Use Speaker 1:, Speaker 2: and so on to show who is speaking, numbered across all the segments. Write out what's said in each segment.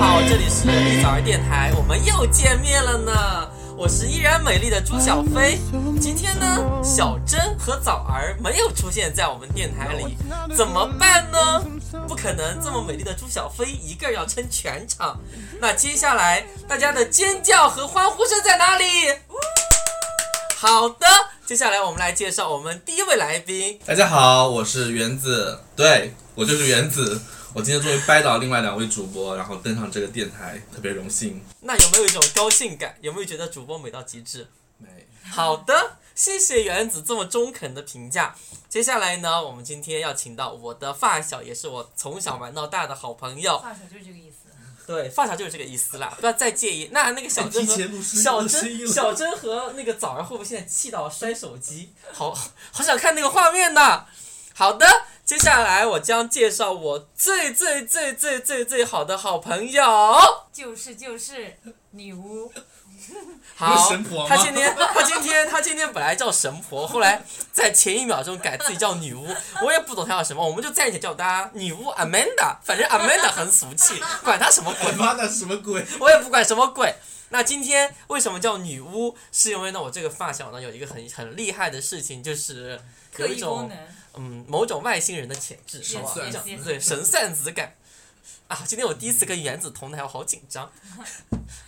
Speaker 1: 是早一电台，我们又见面了呢。我是依然美丽的朱小飞。今天呢，小珍和枣儿没有出现在我们电台里，怎么办呢？不可能，这么美丽的朱小飞一个人要撑全场。那接下来大家的尖叫和欢呼声在哪里？好的，接下来我们来介绍我们第一位来宾。
Speaker 2: 大家好，我是原子，对我就是原子。我今天终于掰倒另外两位主播，然后登上这个电台，特别荣幸。
Speaker 1: 那有没有一种高兴感？有没有觉得主播美到极致？
Speaker 2: 没，
Speaker 1: 好的，谢谢原子这么中肯的评价。接下来呢，我们今天要请到我的发小，也是我从小玩到大的好朋友。
Speaker 3: 发小就是这个意思。
Speaker 1: 对，发小就是这个意思啦，不要再介意。那那个小珍
Speaker 2: 哎提前
Speaker 1: 和
Speaker 2: 录声
Speaker 1: 小
Speaker 2: 录声音
Speaker 1: 珍
Speaker 2: 了
Speaker 1: 小珍和那个枣儿会不会现在气到摔手机？好好想看那个画面呐！好的，接下来我将介绍我最最最最最最好的好朋友。
Speaker 3: 就是就是，女巫
Speaker 2: 不
Speaker 1: 好
Speaker 2: 是神婆，吗
Speaker 1: 她今天她今天她今天本来叫神婆，后来在前一秒钟改自己叫女巫，我也不懂她叫什么，我们就暂且叫她女巫 Amanda，反正 Amanda 很俗气，管她什么鬼，
Speaker 2: 妈的什么鬼？
Speaker 1: 我也不管什么鬼。那今天为什么叫女巫？是因为呢，我这个发小呢有一个很很厉害的事情，就是有
Speaker 3: 特
Speaker 1: 一
Speaker 3: 异功
Speaker 1: 种
Speaker 3: 能，
Speaker 1: 嗯某种外星人的潜质，是啊吧？
Speaker 2: 算
Speaker 1: 一种
Speaker 3: 子
Speaker 1: 对神算子感啊！今天我第一次跟原子同台，我好紧 张。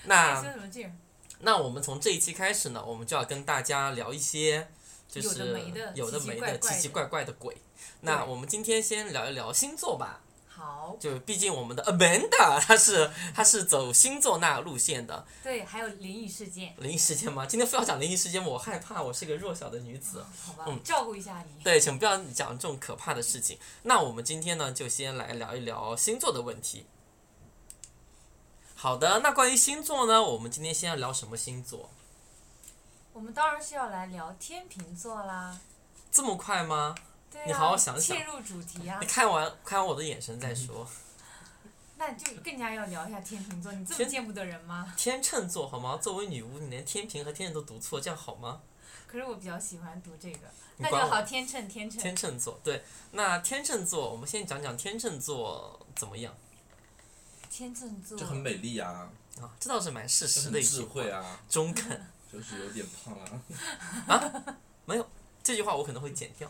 Speaker 1: 那
Speaker 3: 哎说什么劲儿？
Speaker 1: 那我们从这一期开始呢，我们就要跟大家聊一些就是
Speaker 3: 有的没的
Speaker 1: 有的没的奇
Speaker 3: 奇
Speaker 1: 奇
Speaker 3: 奇
Speaker 1: 怪怪的鬼。那
Speaker 3: 对
Speaker 1: 我们今天先聊一聊星座吧，
Speaker 3: 好，
Speaker 1: 就毕竟我们的 Amanda 她是她是走星座那路线的
Speaker 3: 对，还有灵异事件，
Speaker 1: 灵异事件吗？今天非要讲灵异事件，我害怕，我是个弱小的女子。
Speaker 3: 好吧，
Speaker 1: 嗯
Speaker 3: 照顾一下你。
Speaker 1: 对，请不要讲这种可怕的事情。那我们今天呢，就先来聊一聊星座的问题。好的，那关于星座呢，我们今天先要聊什么星座？
Speaker 3: 我们当然是要来聊天秤座啦。
Speaker 1: 这么快吗？
Speaker 3: 对啊，
Speaker 1: 你好好想想
Speaker 3: 切入主题啊
Speaker 1: 你，看完看完我的眼神再说。
Speaker 3: 那就更加要聊一下天秤座。你这么
Speaker 1: 天
Speaker 3: 见不得人吗？
Speaker 1: 天秤座好吗？作为女巫，你连天平和天秤都读错，这样好吗？
Speaker 3: 可是我比较喜欢读这个，
Speaker 1: 你
Speaker 3: 那就
Speaker 1: 管我
Speaker 3: 好天秤天秤。
Speaker 1: 天秤座，对，那天秤座，我们先讲讲天秤座怎么样
Speaker 3: 天秤座
Speaker 2: 就很美丽啊，
Speaker 1: 啊？这倒是蛮事
Speaker 2: 就
Speaker 1: 实的
Speaker 2: 很
Speaker 1: 一句
Speaker 2: 智
Speaker 1: 话
Speaker 2: 慧，啊，
Speaker 1: 中肯。
Speaker 2: 就是有点胖啊。
Speaker 1: 这句话我可能会剪掉。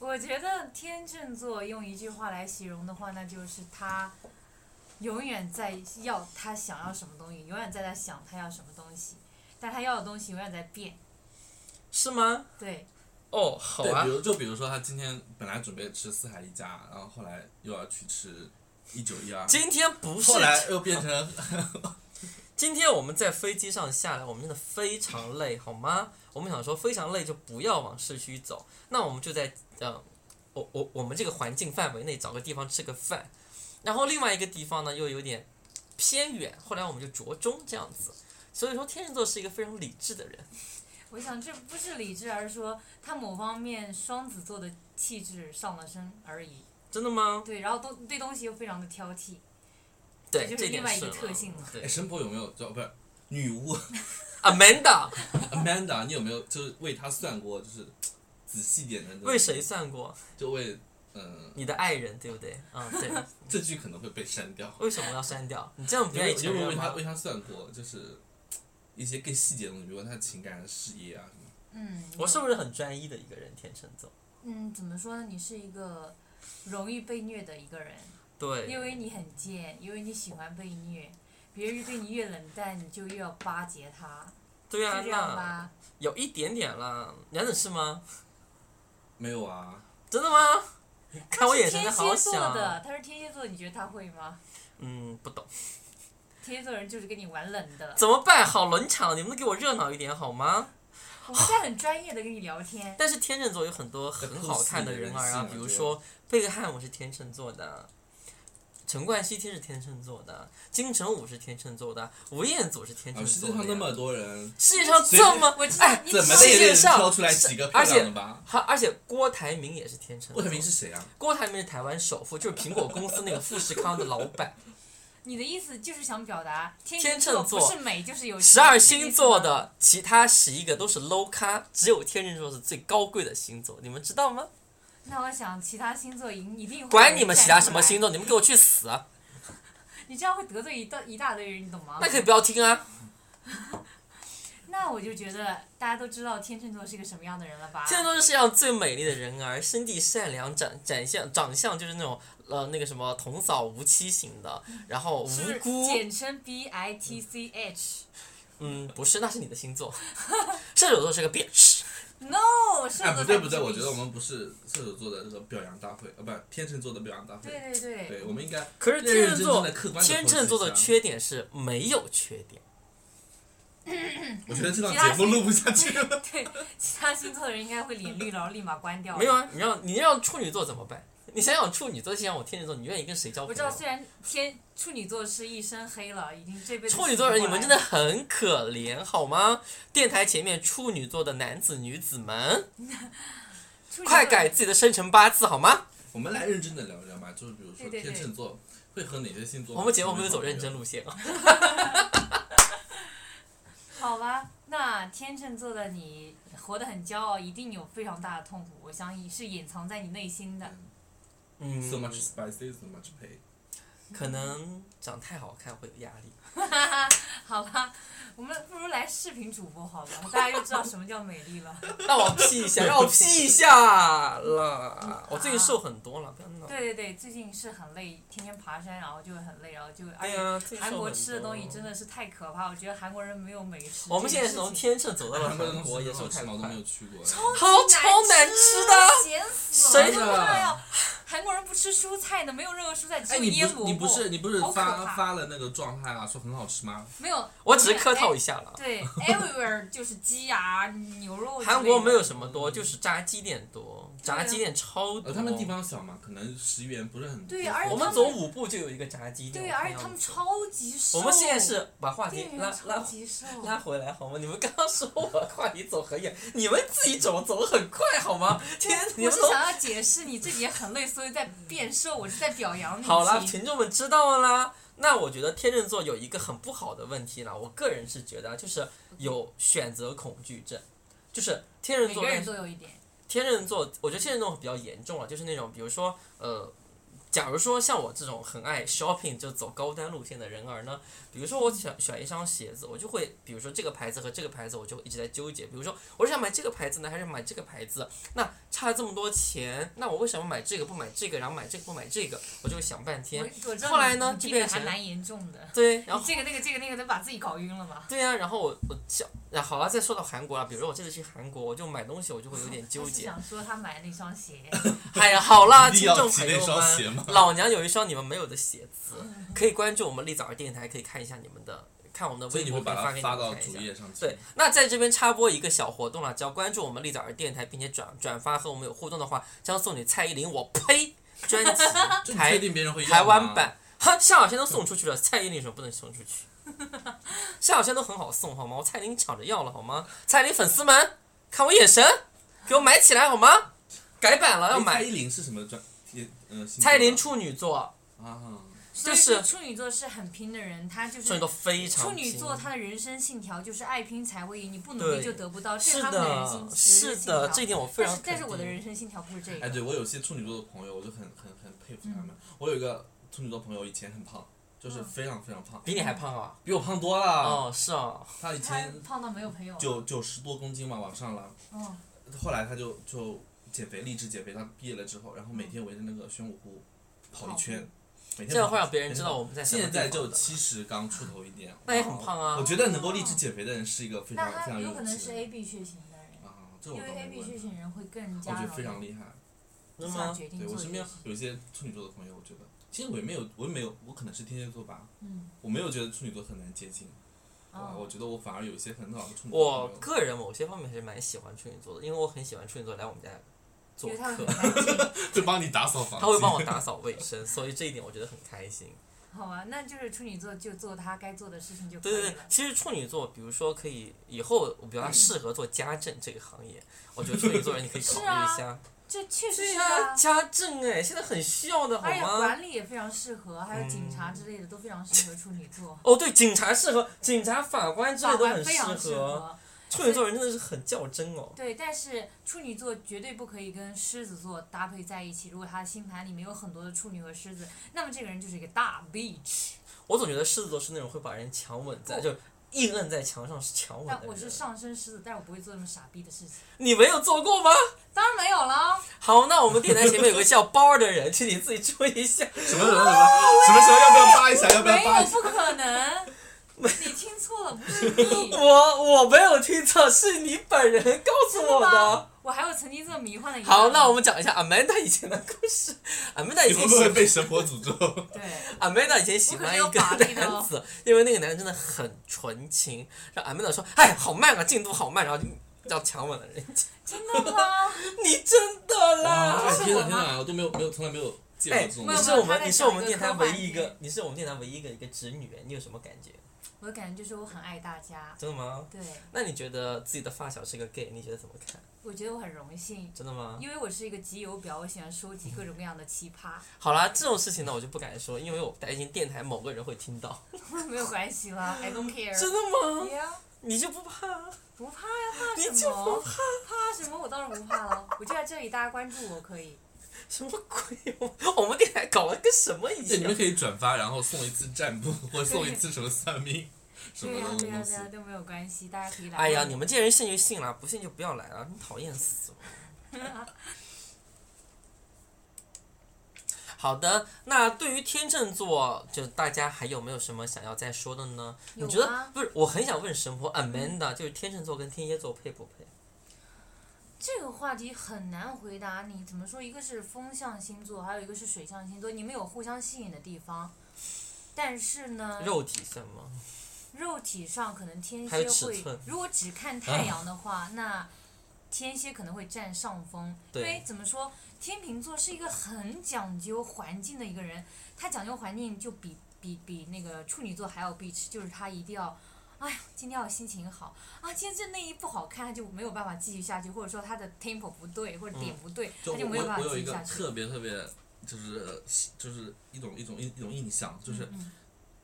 Speaker 3: 我觉得天秤座用一句话来形容的话，那就是他永远在要他想要什么东西，永远在他想他要什么东西，但他要的东西永远在变。
Speaker 1: 是吗？
Speaker 3: 对，
Speaker 1: 哦，好
Speaker 2: 对，
Speaker 1: 啊
Speaker 2: 比。如就比如说他今天本来准备吃四海一家，然后后来又要去吃一九一二，
Speaker 1: 今天不是
Speaker 2: 后，来又变成
Speaker 1: 今天我们在飞机上下来，我们真的非常累，好吗？我们想说非常累就不要往市区走，那我们就在呃，我我我们这个环境范围内找个地方吃个饭，然后另外一个地方呢又有点偏远，后来我们就着中这样子。所以说天秤座是一个非常理智的人，
Speaker 3: 我想这不是理智，而是说他某方面双子座的气质上了身而已。
Speaker 1: 真的吗？
Speaker 3: 对，然后都对东西又非常的挑剔。
Speaker 1: 对，
Speaker 3: 这就是
Speaker 1: 这点
Speaker 3: 另外一
Speaker 1: 是
Speaker 3: 个特
Speaker 1: 了
Speaker 3: 性了
Speaker 2: 哎，
Speaker 1: 对
Speaker 2: 神婆有没有就不是女 巫
Speaker 1: ，Amanda
Speaker 2: Amanda，你有没有就是为她算过，就是仔细点的？
Speaker 1: 为谁？算过？
Speaker 2: 就为嗯、
Speaker 1: 你的爱人对不对？嗯，对。
Speaker 2: 这句可能会被删掉。
Speaker 1: 为什么要删掉？你这样不
Speaker 2: 因
Speaker 1: 愿
Speaker 2: 为
Speaker 1: 意承
Speaker 2: 因为
Speaker 1: 认
Speaker 2: 为他
Speaker 1: 吗
Speaker 2: 为？他算过，就是一些更细节的东西，比如说他情感、事业啊什么。
Speaker 3: 嗯，
Speaker 1: 我是不是很专一的一个人？天秤座，
Speaker 3: 嗯，怎么说呢？你是一个容易被虐的一个人。因
Speaker 1: 对，
Speaker 3: 为你很贱，因为你喜欢被虐，别人对你越冷淡，你就越要巴结他，
Speaker 1: 对啊
Speaker 3: 是，这样
Speaker 1: 那
Speaker 3: 吧？
Speaker 1: 有一点点啦。杨子是吗？
Speaker 2: 没有啊，
Speaker 1: 真的吗？看我眼神
Speaker 3: 天
Speaker 1: 就
Speaker 3: 蝎
Speaker 1: 好
Speaker 3: 座
Speaker 1: 想，
Speaker 3: 的，他是天蝎座，你觉得他会吗？
Speaker 1: 嗯，不懂，
Speaker 3: 天蝎座人就是跟你玩冷的，
Speaker 1: 怎么办？好冷场，你们都给我热闹一点好吗？哦
Speaker 3: 我们在很专业的跟你聊天，
Speaker 1: 但是天秤座有很多很好看的人儿
Speaker 2: 在 pose
Speaker 1: 啊
Speaker 2: 你的人性啊，
Speaker 1: 比如说贝克汉姆是天秤座的，陈冠希天是天秤座的，金城武是天秤座的，吴彦祖是天
Speaker 2: 啊，
Speaker 1: 秤
Speaker 2: 世
Speaker 1: 座
Speaker 2: 界上
Speaker 1: 的
Speaker 2: 那么
Speaker 1: 呀。
Speaker 2: 多人，
Speaker 1: 世界上这么
Speaker 3: 我知道
Speaker 1: 哎，
Speaker 3: 你
Speaker 2: 怎么
Speaker 1: 世
Speaker 2: 的也
Speaker 1: 界
Speaker 2: 得
Speaker 1: 上
Speaker 2: 挑出来几个漂
Speaker 1: 而且
Speaker 2: 亮的吧？
Speaker 1: 他而且郭台铭也是天秤座。
Speaker 2: 郭台铭是谁啊？
Speaker 1: 郭台铭是台湾首富，就是苹果公司那个富士康的老 板。
Speaker 3: 你的意思就是想表达天
Speaker 1: 天
Speaker 3: 秤
Speaker 1: 秤座
Speaker 3: 不是美就是有
Speaker 1: 十二星座，的其他十一个都是 low 咖，只有天秤座是最高贵的星座，你们知道吗？
Speaker 3: 那我想其他星座一一定会
Speaker 1: 管你们其他什么
Speaker 3: 站出来
Speaker 1: 啊星座，你们给我去死！
Speaker 3: 你这样会得罪一大一大堆人，你懂吗？
Speaker 1: 那可以不要听啊。
Speaker 3: 那我就觉得大家都知道天秤座是一个什么样的人了吧？
Speaker 1: 现在都是世界上最美丽的人儿，身地善良，长长相长相就是那种呃那个什么童叟无欺型的，然后
Speaker 3: 嗯是
Speaker 1: 无辜，
Speaker 3: 简称 B I T C H。
Speaker 1: 嗯，不是，那是你的星座，射手座是个 bitch。
Speaker 3: No，射
Speaker 2: 哎，不
Speaker 3: 手座
Speaker 2: 对
Speaker 3: 才
Speaker 2: 不对，
Speaker 3: 是
Speaker 2: 我觉
Speaker 3: bitch
Speaker 2: 得我们不是射手座的这个表扬大会，呃，不，天秤座的表扬大会。
Speaker 3: 对对对，
Speaker 2: 对，我们应该
Speaker 1: 可是天秤
Speaker 2: 认认真真
Speaker 1: 座
Speaker 2: 的客观，地
Speaker 1: 天秤座的
Speaker 2: 剖析一下
Speaker 1: 缺点是没有缺点。
Speaker 2: 我觉得这档节目录不下去了。
Speaker 3: 对，其他星座的人应该会脸绿，然后立马关掉。
Speaker 1: 没有，啊，你让你让处女座怎么办？你想想处女座，想想我天秤座，你愿意跟谁交
Speaker 3: 我
Speaker 1: 朋
Speaker 3: 知道，
Speaker 1: 友？
Speaker 3: 虽然天处女座是一身黑了，已经这辈子
Speaker 1: 处女座人，你们真的
Speaker 3: 醒
Speaker 1: 很可怜，好吗？电台前面处女座的男子女子们，
Speaker 3: 不过来
Speaker 1: 快改！自己的生辰八字好吗？
Speaker 2: 我们来认真的聊一聊吧，就是比如说
Speaker 3: 对对对
Speaker 2: 天秤座会和哪些星座？
Speaker 1: 我们节目没有走认真。路线啊。
Speaker 3: 处女座好吧，那天秤座的你活得很骄傲，一定有非常大的痛苦，我相信是隐藏在你内心的。
Speaker 2: So
Speaker 1: 嗯，
Speaker 2: much spicy, so much pain。
Speaker 1: 可能长太好看会有压力。
Speaker 3: 好吧，我们不如来视频主播好吧，大家就知道什么叫美丽了。
Speaker 1: 让我 P 一下，让我 P 一下啦！我最近瘦很多了，不要闹。
Speaker 3: 对对对，最近是很累，天天爬山，然后就很累，然后就而
Speaker 1: 哎
Speaker 3: 且
Speaker 1: 呀，最近瘦
Speaker 3: 韩国
Speaker 1: 很
Speaker 3: 吃的
Speaker 1: 多
Speaker 3: 东西真的是太可怕，我觉得韩国人没有美食。
Speaker 1: 我们现在是从天秤走到 了
Speaker 2: 韩国的
Speaker 1: 韩
Speaker 2: 东
Speaker 1: 国，呃
Speaker 2: 西
Speaker 1: 也
Speaker 2: 真
Speaker 1: 瘦太
Speaker 2: 好吃吗？我都
Speaker 1: 快
Speaker 2: 没有去过。
Speaker 1: 好超难吃的。
Speaker 3: 咸死了！
Speaker 1: 谁
Speaker 3: 我的妈呀
Speaker 2: 的？
Speaker 3: 韩国人不吃蔬菜的，没有任何蔬菜，只
Speaker 2: 哎，
Speaker 3: 有
Speaker 2: 你
Speaker 3: 腌
Speaker 2: 不
Speaker 3: 蘑菇。
Speaker 2: 你不是你不是
Speaker 3: 好可
Speaker 2: 发
Speaker 3: 怕
Speaker 2: 发了那个状态啊，说很好吃吗？
Speaker 3: 没有？
Speaker 1: 我只是客套一
Speaker 3: 下。
Speaker 1: 下了。
Speaker 3: 对，everywhere 就是鸡啊、牛肉之类的。
Speaker 1: 韩国没有什么
Speaker 3: 嗯
Speaker 1: 多，就是炸鸡店多，炸
Speaker 3: 啊
Speaker 1: 鸡店超多。
Speaker 2: 呃，他们地方小嘛，可能十元不是很多。
Speaker 3: 对而且
Speaker 1: 我
Speaker 3: 他
Speaker 1: 们
Speaker 3: 们
Speaker 1: 走五步就有一个炸鸡店。
Speaker 3: 对，
Speaker 1: 我看
Speaker 3: 而且
Speaker 1: 样
Speaker 3: 他们
Speaker 1: 子
Speaker 3: 超级瘦。
Speaker 1: 我们现在是把话题
Speaker 3: 店员
Speaker 1: 拉
Speaker 3: 超
Speaker 1: 拉
Speaker 3: 级瘦。
Speaker 1: 拉回来好吗？你们刚刚说我话题走很远，你们自己走走得很快好吗？天，你
Speaker 3: 啊我
Speaker 1: 们
Speaker 3: 是
Speaker 1: 都
Speaker 3: 想要解释你自己也很累，所以在变瘦，我是在表扬你。
Speaker 1: 好啦，
Speaker 3: 亲
Speaker 1: 群众们知道啦。那我觉得天秤座有一个很不好的问题啦，我个人是觉得啊就是有选择恐惧症，就是天秤
Speaker 3: 每
Speaker 1: 座
Speaker 3: 个
Speaker 1: 那
Speaker 3: 人都有一点。
Speaker 1: 天秤座，我觉得天秤座比较严重了，啊就是那种比如说呃，假如说像我这种很爱 shopping 就走高端路线的人儿呢，比如说我选选一双鞋子，我就会比如说这个牌子和这个牌子，我就一直在纠结，比如说我是想买这个牌子呢，还是买这个牌子？那差了这么多钱，那我为什么买这个不买这个，然后买这个不买这个？我就会想半
Speaker 3: 我
Speaker 1: 天。
Speaker 3: 我知道
Speaker 1: 后来
Speaker 3: 你
Speaker 1: 呢
Speaker 3: 你
Speaker 1: 就
Speaker 3: 这
Speaker 1: 变
Speaker 3: 个还
Speaker 1: 成
Speaker 3: 蛮严重的。
Speaker 1: 对， 然后
Speaker 3: 你这个那个这个那个都把自己搞晕了嘛？
Speaker 1: 对呀、然后我我想，那好了，再说到韩国了，比如说我这次去韩国，我就买东西，我就会有点 纠
Speaker 3: 我是
Speaker 1: 结。
Speaker 3: 想说他买那双 鞋。
Speaker 1: 哎呀，好啦，
Speaker 2: 一定
Speaker 1: 听
Speaker 2: 要
Speaker 1: 众
Speaker 2: 提
Speaker 1: 朋
Speaker 2: 那
Speaker 1: 友
Speaker 2: 双鞋吗
Speaker 1: 们，老娘有一双你们没有的鞋子，可以关注我们立早儿电台，可以看一下你们的，看我们的
Speaker 2: 所以
Speaker 1: 微
Speaker 2: 你
Speaker 1: 博，
Speaker 2: 会
Speaker 1: 可
Speaker 2: 把
Speaker 1: 以发给
Speaker 2: 它
Speaker 1: 你
Speaker 2: 发
Speaker 1: 们
Speaker 2: 到
Speaker 1: 看一
Speaker 2: 主
Speaker 1: 下。
Speaker 2: 页上去。
Speaker 1: 对，，那在这边插播一个小活动了，只要关注我们立早儿电台，并且转转发和我们有互动的话，将送你蔡依林我呸专
Speaker 2: 这
Speaker 1: 辑
Speaker 2: 你确
Speaker 1: 台
Speaker 2: 定别人会要吗
Speaker 1: 台湾？版。哈，夏小仙都送出去了，蔡依林为什么不能送出去？夏小仙都很好送好吗？我蔡依林抢着要了好吗？蔡依林粉丝们，看我眼神，给我买起来好吗？改版了要
Speaker 2: 哎
Speaker 1: 买
Speaker 2: 蔡。依林是什么专？也呃，星座
Speaker 1: 蔡依林处女座，
Speaker 2: 啊，
Speaker 3: 所以
Speaker 1: 就是
Speaker 3: 处女座是很拼的人，他就
Speaker 1: 处女
Speaker 3: 是
Speaker 1: 座非常
Speaker 3: 处女座，
Speaker 1: 拼
Speaker 3: 他的人生信条就是爱拼才会赢，你不努力
Speaker 1: 对
Speaker 3: 就得不到，这
Speaker 1: 是
Speaker 3: 他们人
Speaker 1: 的
Speaker 3: 生，
Speaker 1: 是的，这一
Speaker 3: 信条。
Speaker 1: 点我非
Speaker 3: 但
Speaker 1: 常
Speaker 3: 是
Speaker 1: 肯定。
Speaker 3: 但是我的人生信条不是这
Speaker 2: 哎，
Speaker 3: 个，
Speaker 2: 对我有些处女座的朋友，我就很很很佩服他
Speaker 1: 嗯
Speaker 2: 们。我有一个处女座朋友，以前很胖，就是
Speaker 3: 嗯
Speaker 2: 非常非常胖，
Speaker 1: 比你还胖啊！
Speaker 2: 比我胖多了。
Speaker 1: 哦，是啊，
Speaker 2: 他以
Speaker 3: 他
Speaker 2: 前
Speaker 3: 胖到没有朋友。
Speaker 2: 九九十多公斤嘛，往上了。
Speaker 3: 嗯，
Speaker 2: 后来他就就减肥，励志减肥。他毕业了之后，然后每天围着那个玄武湖跑一圈，每天
Speaker 1: 这样
Speaker 2: 跑
Speaker 1: 会让别人知道我们在什么
Speaker 2: 现在就
Speaker 1: 地方的
Speaker 2: 七十刚出头一点，哦
Speaker 1: 那也很胖啊
Speaker 2: 我觉得能够励志减肥的人是一个非常
Speaker 3: 那
Speaker 2: 非
Speaker 3: 他
Speaker 2: 常
Speaker 3: 有
Speaker 2: 勇
Speaker 3: 可能
Speaker 2: 气
Speaker 3: 是
Speaker 2: 的
Speaker 3: A B 血型的人，
Speaker 2: 啊，这我
Speaker 3: 因
Speaker 2: 倒
Speaker 3: 为 A
Speaker 2: 没
Speaker 3: B
Speaker 2: 问
Speaker 3: 血
Speaker 2: 题，
Speaker 3: 型人会更
Speaker 2: 我
Speaker 3: 加
Speaker 2: 觉得
Speaker 3: 容
Speaker 2: 非常
Speaker 3: 易
Speaker 2: 厉害。
Speaker 1: 那
Speaker 3: 下
Speaker 1: 么
Speaker 3: 决定
Speaker 2: 对
Speaker 3: 做
Speaker 2: 我
Speaker 3: 这
Speaker 2: 身
Speaker 3: 个
Speaker 2: 边
Speaker 3: 事情。
Speaker 2: 有一些处女座的朋友，我觉得其实我也没有，我也没有，我可能是天蝎座吧，
Speaker 3: 嗯，
Speaker 2: 我没有觉得处女座很难接近。啊，我
Speaker 3: 哦，
Speaker 2: 觉得我反而有一些很好的处女
Speaker 1: 我
Speaker 2: 座朋友。
Speaker 1: 个人某些方面还是蛮喜欢处女座的，因为我很喜欢处女座来我们家
Speaker 3: 因
Speaker 1: 做
Speaker 3: 为他 会很
Speaker 1: 客，
Speaker 3: 干净。
Speaker 2: 会帮你打扫房间，
Speaker 1: 他会帮我打扫卫生，所以这一点我觉得很开心。
Speaker 3: 好啊，那就是处女座就做他该做的事情就可
Speaker 1: 对对
Speaker 3: 以
Speaker 1: 对
Speaker 3: 了，。
Speaker 1: 其实处女座，比如说可以以后，我比较适合做家政这个行业，我觉得处女座人你可以考虑
Speaker 3: 啊
Speaker 1: 一下。
Speaker 3: 这确实
Speaker 1: 对
Speaker 3: 是
Speaker 1: 呀、
Speaker 3: 啊，
Speaker 1: 家政哎，现在很需要的好
Speaker 3: 而且
Speaker 1: 吗？嗯
Speaker 3: 管理也非常适合，还有警察之类的都非常适合处女 座。
Speaker 1: 哦，对，警察适合，警察、法官之类
Speaker 3: 法
Speaker 1: 都
Speaker 3: 官
Speaker 1: 很
Speaker 3: 非
Speaker 1: 适
Speaker 3: 常
Speaker 1: 合。。处女座人真的是很较真哦。
Speaker 3: 对，但是处女座绝对不可以跟狮子座搭配在一起。如果他的星盘里面有很多的处女和狮子，那么这个人就是一个大 bitch。
Speaker 1: 我总觉得狮子座是那种会把人强吻在，
Speaker 3: 不
Speaker 1: 就硬摁在墙上是强吻的
Speaker 3: 哦
Speaker 1: 啊
Speaker 3: 但
Speaker 1: 人。
Speaker 3: 我是上升狮子，但我不会做那么傻逼的事情。
Speaker 1: 你没有做过吗？
Speaker 3: 当然没有了，
Speaker 1: 好，那我们电台前面有个叫包儿的人，请你自己注意一下。
Speaker 2: 什么什么什么什么什么，要不要扒一下？要不要
Speaker 3: 没
Speaker 2: 扒
Speaker 3: 有，
Speaker 2: 一下？
Speaker 3: 不可能。你听错了，不是你。
Speaker 1: 我我没有听错，是你本人告诉
Speaker 3: 真
Speaker 1: 我的
Speaker 3: 吗。？我还有曾经这么迷幻的一面。
Speaker 1: 好，那我们讲一下阿曼达以前的故事。阿曼达以
Speaker 2: 你会
Speaker 1: 前
Speaker 2: 不
Speaker 1: 喜
Speaker 2: 会被神婆 诅咒？
Speaker 3: 对，
Speaker 1: 阿曼达以前喜欢一
Speaker 3: 我可
Speaker 1: 个
Speaker 3: 是有法力的
Speaker 1: 男
Speaker 3: 哦
Speaker 1: 子， 因为那个男人真的很纯情，让阿曼达说：“哎，好慢啊，进度好慢。”然后就要强吻了人家。
Speaker 3: 真的吗？
Speaker 1: 你真的啦！
Speaker 2: 哇！
Speaker 3: 是
Speaker 2: 哎天
Speaker 3: 我
Speaker 2: 哪
Speaker 3: 吗
Speaker 2: 天哪，我都没有没有从来没有见过
Speaker 1: 哎，
Speaker 2: 这种
Speaker 1: 你
Speaker 3: 啊没有
Speaker 1: 是
Speaker 2: 东西。
Speaker 1: 我
Speaker 3: 他
Speaker 1: 们
Speaker 3: 在
Speaker 1: 你是
Speaker 3: 讲
Speaker 1: 我
Speaker 3: 一
Speaker 1: 们
Speaker 3: 个
Speaker 1: 电台
Speaker 3: 科幻
Speaker 1: 唯一一
Speaker 3: 片
Speaker 1: 个，你是我们电台唯一一个一个直女，你有什么感觉？
Speaker 3: 我的感觉就是我很爱大家。
Speaker 1: 真的吗？
Speaker 3: 对，
Speaker 1: 那你觉得自己的发小是个 gay，你觉得怎么看？
Speaker 3: 我觉得我很荣幸，
Speaker 1: 真的吗？
Speaker 3: 因为我是一个集邮表，我喜欢收集各种各样的奇葩，
Speaker 1: 好啦，这种事情呢，我就不敢说，因为我担心电台某个人会听 到。
Speaker 3: 没有关系 啦，I don't care。
Speaker 1: 真的吗？
Speaker 3: 呀，
Speaker 1: 你就不怕？
Speaker 3: 不怕呀，怕
Speaker 1: 你
Speaker 3: 什
Speaker 1: 就不
Speaker 3: 么？怕什么？我当然不怕了，我就在这里，大家关注我可以。
Speaker 1: 什么鬼？我我们电台搞了跟什么一
Speaker 2: 对，你们
Speaker 1: 样？
Speaker 2: 可以转发，然后送一 次占卜，或送一次什么算命，什
Speaker 3: 对
Speaker 2: 么
Speaker 3: 呀、
Speaker 2: 东
Speaker 3: 对呀、
Speaker 2: 东
Speaker 3: 对啊
Speaker 2: 西
Speaker 3: 呀、。都没有关系，大家可以来。
Speaker 1: 哎呀，你们这些人信就信了，不信就不要来了，你讨厌死我。 好的，那对于天秤座，就大家还有没有什么想要再说的呢？
Speaker 3: 有
Speaker 1: 你
Speaker 3: 啊
Speaker 1: 觉得
Speaker 3: 吗
Speaker 1: 不是？我很想问神婆 Amanda，就是天秤座跟天蝎座配不配？
Speaker 3: 这个话题很难回答你。怎么说？一个是风象星座，还有一个是水象星座，你们有互相吸引的地方，但是呢，
Speaker 1: 肉体算 吗？
Speaker 3: 肉体上可能天
Speaker 1: 还有
Speaker 3: 蝎
Speaker 1: 尺寸
Speaker 3: 会，如果只看太阳的话，那天蝎可能会占上风。
Speaker 1: 对
Speaker 3: 因为怎么说，天秤座是一个很讲究环境的一个人，他讲究环境就比比比那个处女座还要必吃，就是他一定要。哎呀，今天我心情好啊！今天这内衣不好看，他就没有办法继续下去，或者说他的 tempo 不对，或者点不
Speaker 1: 嗯
Speaker 3: 对，啊
Speaker 2: 就
Speaker 3: 他就
Speaker 2: 我
Speaker 3: 没有办
Speaker 2: 我
Speaker 3: 法
Speaker 2: 有
Speaker 3: 继
Speaker 2: 一
Speaker 3: 续
Speaker 2: 个
Speaker 3: 下去。
Speaker 2: 特别特别，就是就是一种一种一一种印象，就是
Speaker 3: 嗯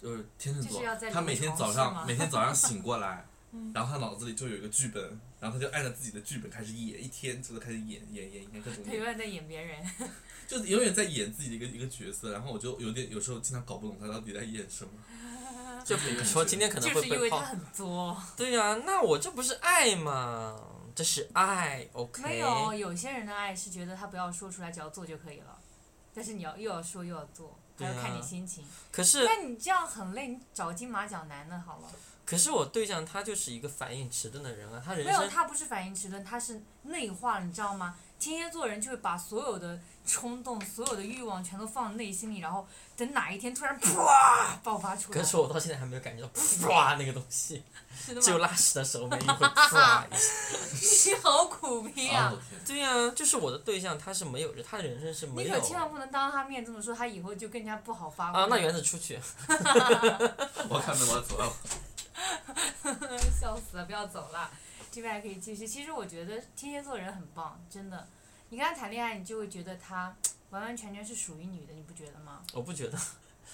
Speaker 2: 就是天秤座
Speaker 3: 就是要在，
Speaker 2: 他
Speaker 3: 临
Speaker 2: 每天
Speaker 3: 床
Speaker 2: 早
Speaker 3: 是吗
Speaker 2: 上每天早上醒过 来，然后他脑子里就有一个剧本，然后他就按照自己的剧本开始演，一天就开始演演演演各种
Speaker 3: 他永
Speaker 2: 演，
Speaker 3: 远在演别人，
Speaker 2: 就是永远在演自己的一个一个角色，然后我就有点有时候经常搞不懂他到底在演什么。
Speaker 1: 就比如说今天可能
Speaker 3: 就
Speaker 1: 会
Speaker 3: 是因为
Speaker 1: 被
Speaker 3: 他
Speaker 1: 泡。
Speaker 3: 很作。
Speaker 1: 对呀、那我这不是爱嘛？这是爱，OK？
Speaker 3: 没有，有些人的爱是觉得他不要说出来，只要做就可以了。但是你要又要说又要做，
Speaker 1: 对
Speaker 3: 还
Speaker 1: 啊
Speaker 3: 要看你心情。
Speaker 1: 可是
Speaker 3: 那你这样很累，你找金马奖男的好了。
Speaker 1: 可是我对象他就是一个反应迟钝的人啊，他人
Speaker 3: 没有，
Speaker 1: 生
Speaker 3: 他不是反应迟钝，他是内化了，你知道吗？天蝎座人就会把所有的冲动、所有的欲望全都放内心里，然后等哪一天突然啪爆发出来。
Speaker 1: 可是我到现在还没有感觉到啪那个东西，
Speaker 3: 是的
Speaker 1: 只有
Speaker 3: 吗？
Speaker 1: 拉屎的时候没一会啪一下。
Speaker 3: 你好苦逼
Speaker 2: 啊
Speaker 3: 啊！
Speaker 2: 我天，
Speaker 1: 对呀、就是我的对象他是没有的，他的人生是没
Speaker 3: 你
Speaker 1: 有
Speaker 3: 可千万不能当着他面这么说，他以后就更加不好发挥。
Speaker 1: 啊。那原子出去，
Speaker 2: 我看到我走了。
Speaker 3: 笑死了，不要走了，这边还可以继续。其实我觉得天蝎座人很棒，真的。你跟他谈恋爱，你就会觉得他完完全全是属于你的，你不觉得吗？
Speaker 1: 我不觉得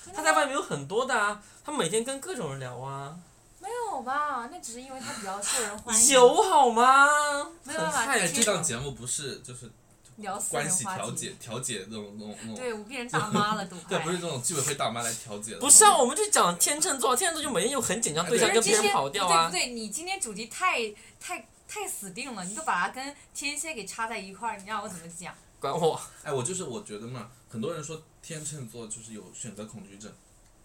Speaker 3: 真的
Speaker 1: 他
Speaker 3: 吗
Speaker 1: 在外面有很多的啊，他每天跟各种人聊啊，
Speaker 3: 没有吧？那只是因为他比较受人欢迎，
Speaker 1: 有好吗？
Speaker 3: 没有
Speaker 1: 很
Speaker 3: 办法
Speaker 1: 害
Speaker 2: 哎，
Speaker 1: 人
Speaker 2: 这档节目不是就是
Speaker 3: 聊私
Speaker 2: 关
Speaker 3: 人
Speaker 2: 系
Speaker 3: 话
Speaker 2: 调解
Speaker 3: 题。
Speaker 2: 调解那种那种那种，
Speaker 3: 对，我变成大妈了都快。
Speaker 2: 对，不是这种居委会大妈来调解的。
Speaker 1: 不是啊，我们就讲天秤座，天秤座就每天就很紧张，哎对
Speaker 3: 不
Speaker 1: 象
Speaker 3: 是
Speaker 1: 跟
Speaker 3: 今
Speaker 1: 别人
Speaker 3: 天
Speaker 1: 跑掉
Speaker 3: 不
Speaker 1: 啊。
Speaker 3: 对不对，你今天主题太太太死定了，你都把它跟天蝎给插在一块儿，你让我怎么讲？
Speaker 1: 管我，
Speaker 2: 哎，我就是我觉得嘛，很多人说天秤座就是有选择恐惧症，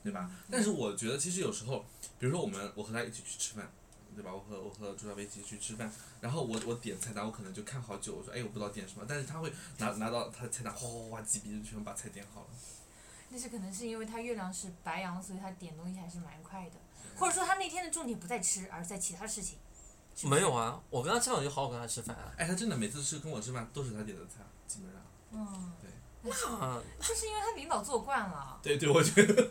Speaker 2: 对吧？但是我觉得其实有时候，比如说我们我和他一起去吃饭，对吧？我和我和朱小飞一起去吃饭，然后我我点菜单，我可能就看好久，我说哎我不知道点什么，但是他会拿拿到他的菜单，哗哗哗几笔就全部把菜点好了。
Speaker 3: 那是可能是因为他月亮是白羊，所以他点东西还是蛮快的，或者说他那天的重点不在吃，而是在其他事情。是不
Speaker 1: 没
Speaker 3: 是
Speaker 1: 有啊，我跟他吃饭我就好好跟他吃饭啊。
Speaker 2: 哎，他真的每次吃跟我吃饭都是他点的菜，基本上。
Speaker 3: 嗯，
Speaker 1: 啊，
Speaker 3: 就是因为他领导做惯 了。
Speaker 2: 对对，我觉得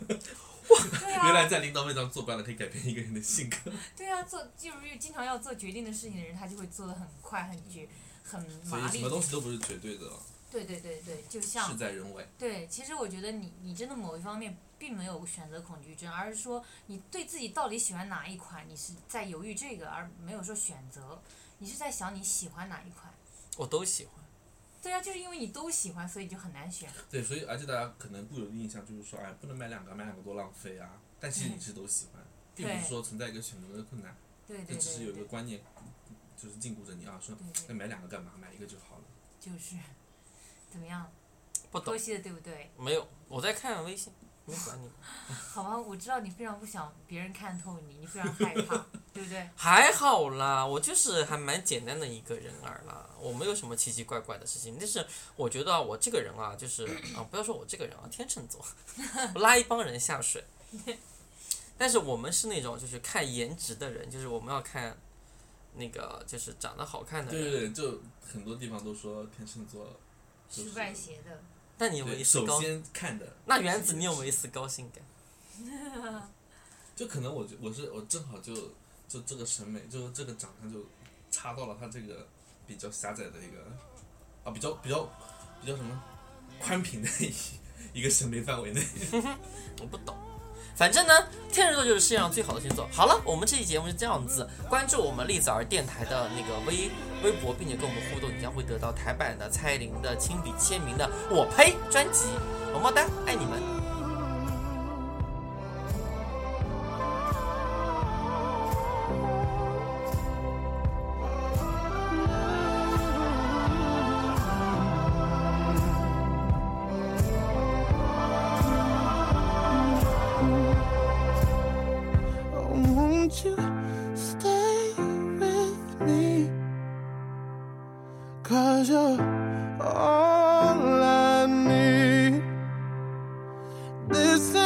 Speaker 3: 对
Speaker 2: 原来
Speaker 3: 啊，
Speaker 2: 在领导位上坐惯了，可以改变一个人的性格，
Speaker 3: 对啊，做就是经常要做决定的事情的人，他就会做的很快、很决、很
Speaker 2: 嗯所以
Speaker 3: 麻
Speaker 2: 什
Speaker 3: 利
Speaker 2: 么。东西都不是绝对的，
Speaker 3: 对对对对，就
Speaker 2: 事
Speaker 3: 像
Speaker 2: 在人为。
Speaker 3: 对，其实我觉得你你真的某一方面并没有选择恐惧症，而是说你对自己到底喜欢哪一款，你是在犹豫这个，而没有说选择，你是在想你喜欢哪一款。
Speaker 1: 我都喜欢。
Speaker 3: 对啊，就是因为你都喜欢，所以你就很难选。
Speaker 2: 对，所以而且大家可能固有的印象就是说，哎，不能买两个，买两个多浪费啊，但其实
Speaker 3: 嗯
Speaker 2: 你是都喜欢，并不是说存在一个选择的困难，
Speaker 3: 对
Speaker 2: 这
Speaker 3: 对
Speaker 2: 只是
Speaker 3: 对
Speaker 2: 有一
Speaker 3: 对
Speaker 2: 个观念，就是禁锢着你啊，说
Speaker 3: 对
Speaker 2: 那
Speaker 3: 对，
Speaker 2: 买两个干嘛，买一个就好了。
Speaker 3: 就是怎么样
Speaker 1: 不懂
Speaker 3: 剖，析的对不对？
Speaker 1: 没有，我在看微信，没管你们。
Speaker 3: 好吧，我知道你非常不想别人看透你，你非常害 怕，对不对？
Speaker 1: 还好啦，我就是还蛮简单的一个人儿啦，我没有什么奇奇怪怪的事情。但是我觉得啊我这个人啊， 就是啊，不要说我这个人啊，天秤座，我拉一帮人下水。但是我们是那种就是看颜值的人，就是我们要看那个就是长得好看的
Speaker 2: 对
Speaker 1: 人。
Speaker 2: 对对，就很多地方都说天秤座，就是
Speaker 3: 虚外邪的，
Speaker 1: 但你有没有
Speaker 2: 对
Speaker 1: 一丝
Speaker 2: 首
Speaker 1: 高？
Speaker 2: 先看的。
Speaker 1: 那原子你有没有一丝高性感？
Speaker 2: 就可能我就我是我正好就就这个审美，就这个长相就插到了他这个比较狭窄的一个啊，比较比较比较什么宽平的一一个审美范围内。
Speaker 1: 我不懂。反正呢，天秤座就是世界上最好的星座。好了，我们这期节目是这样子，关注我们栗子儿电台的那个微微博，并且跟我们互动，你将会得到台版的蔡依林的亲笔签名的“我呸”专辑。么么哒，爱你们。
Speaker 4: Oh, won't you stay with me? Cause you're all I need. This Oh,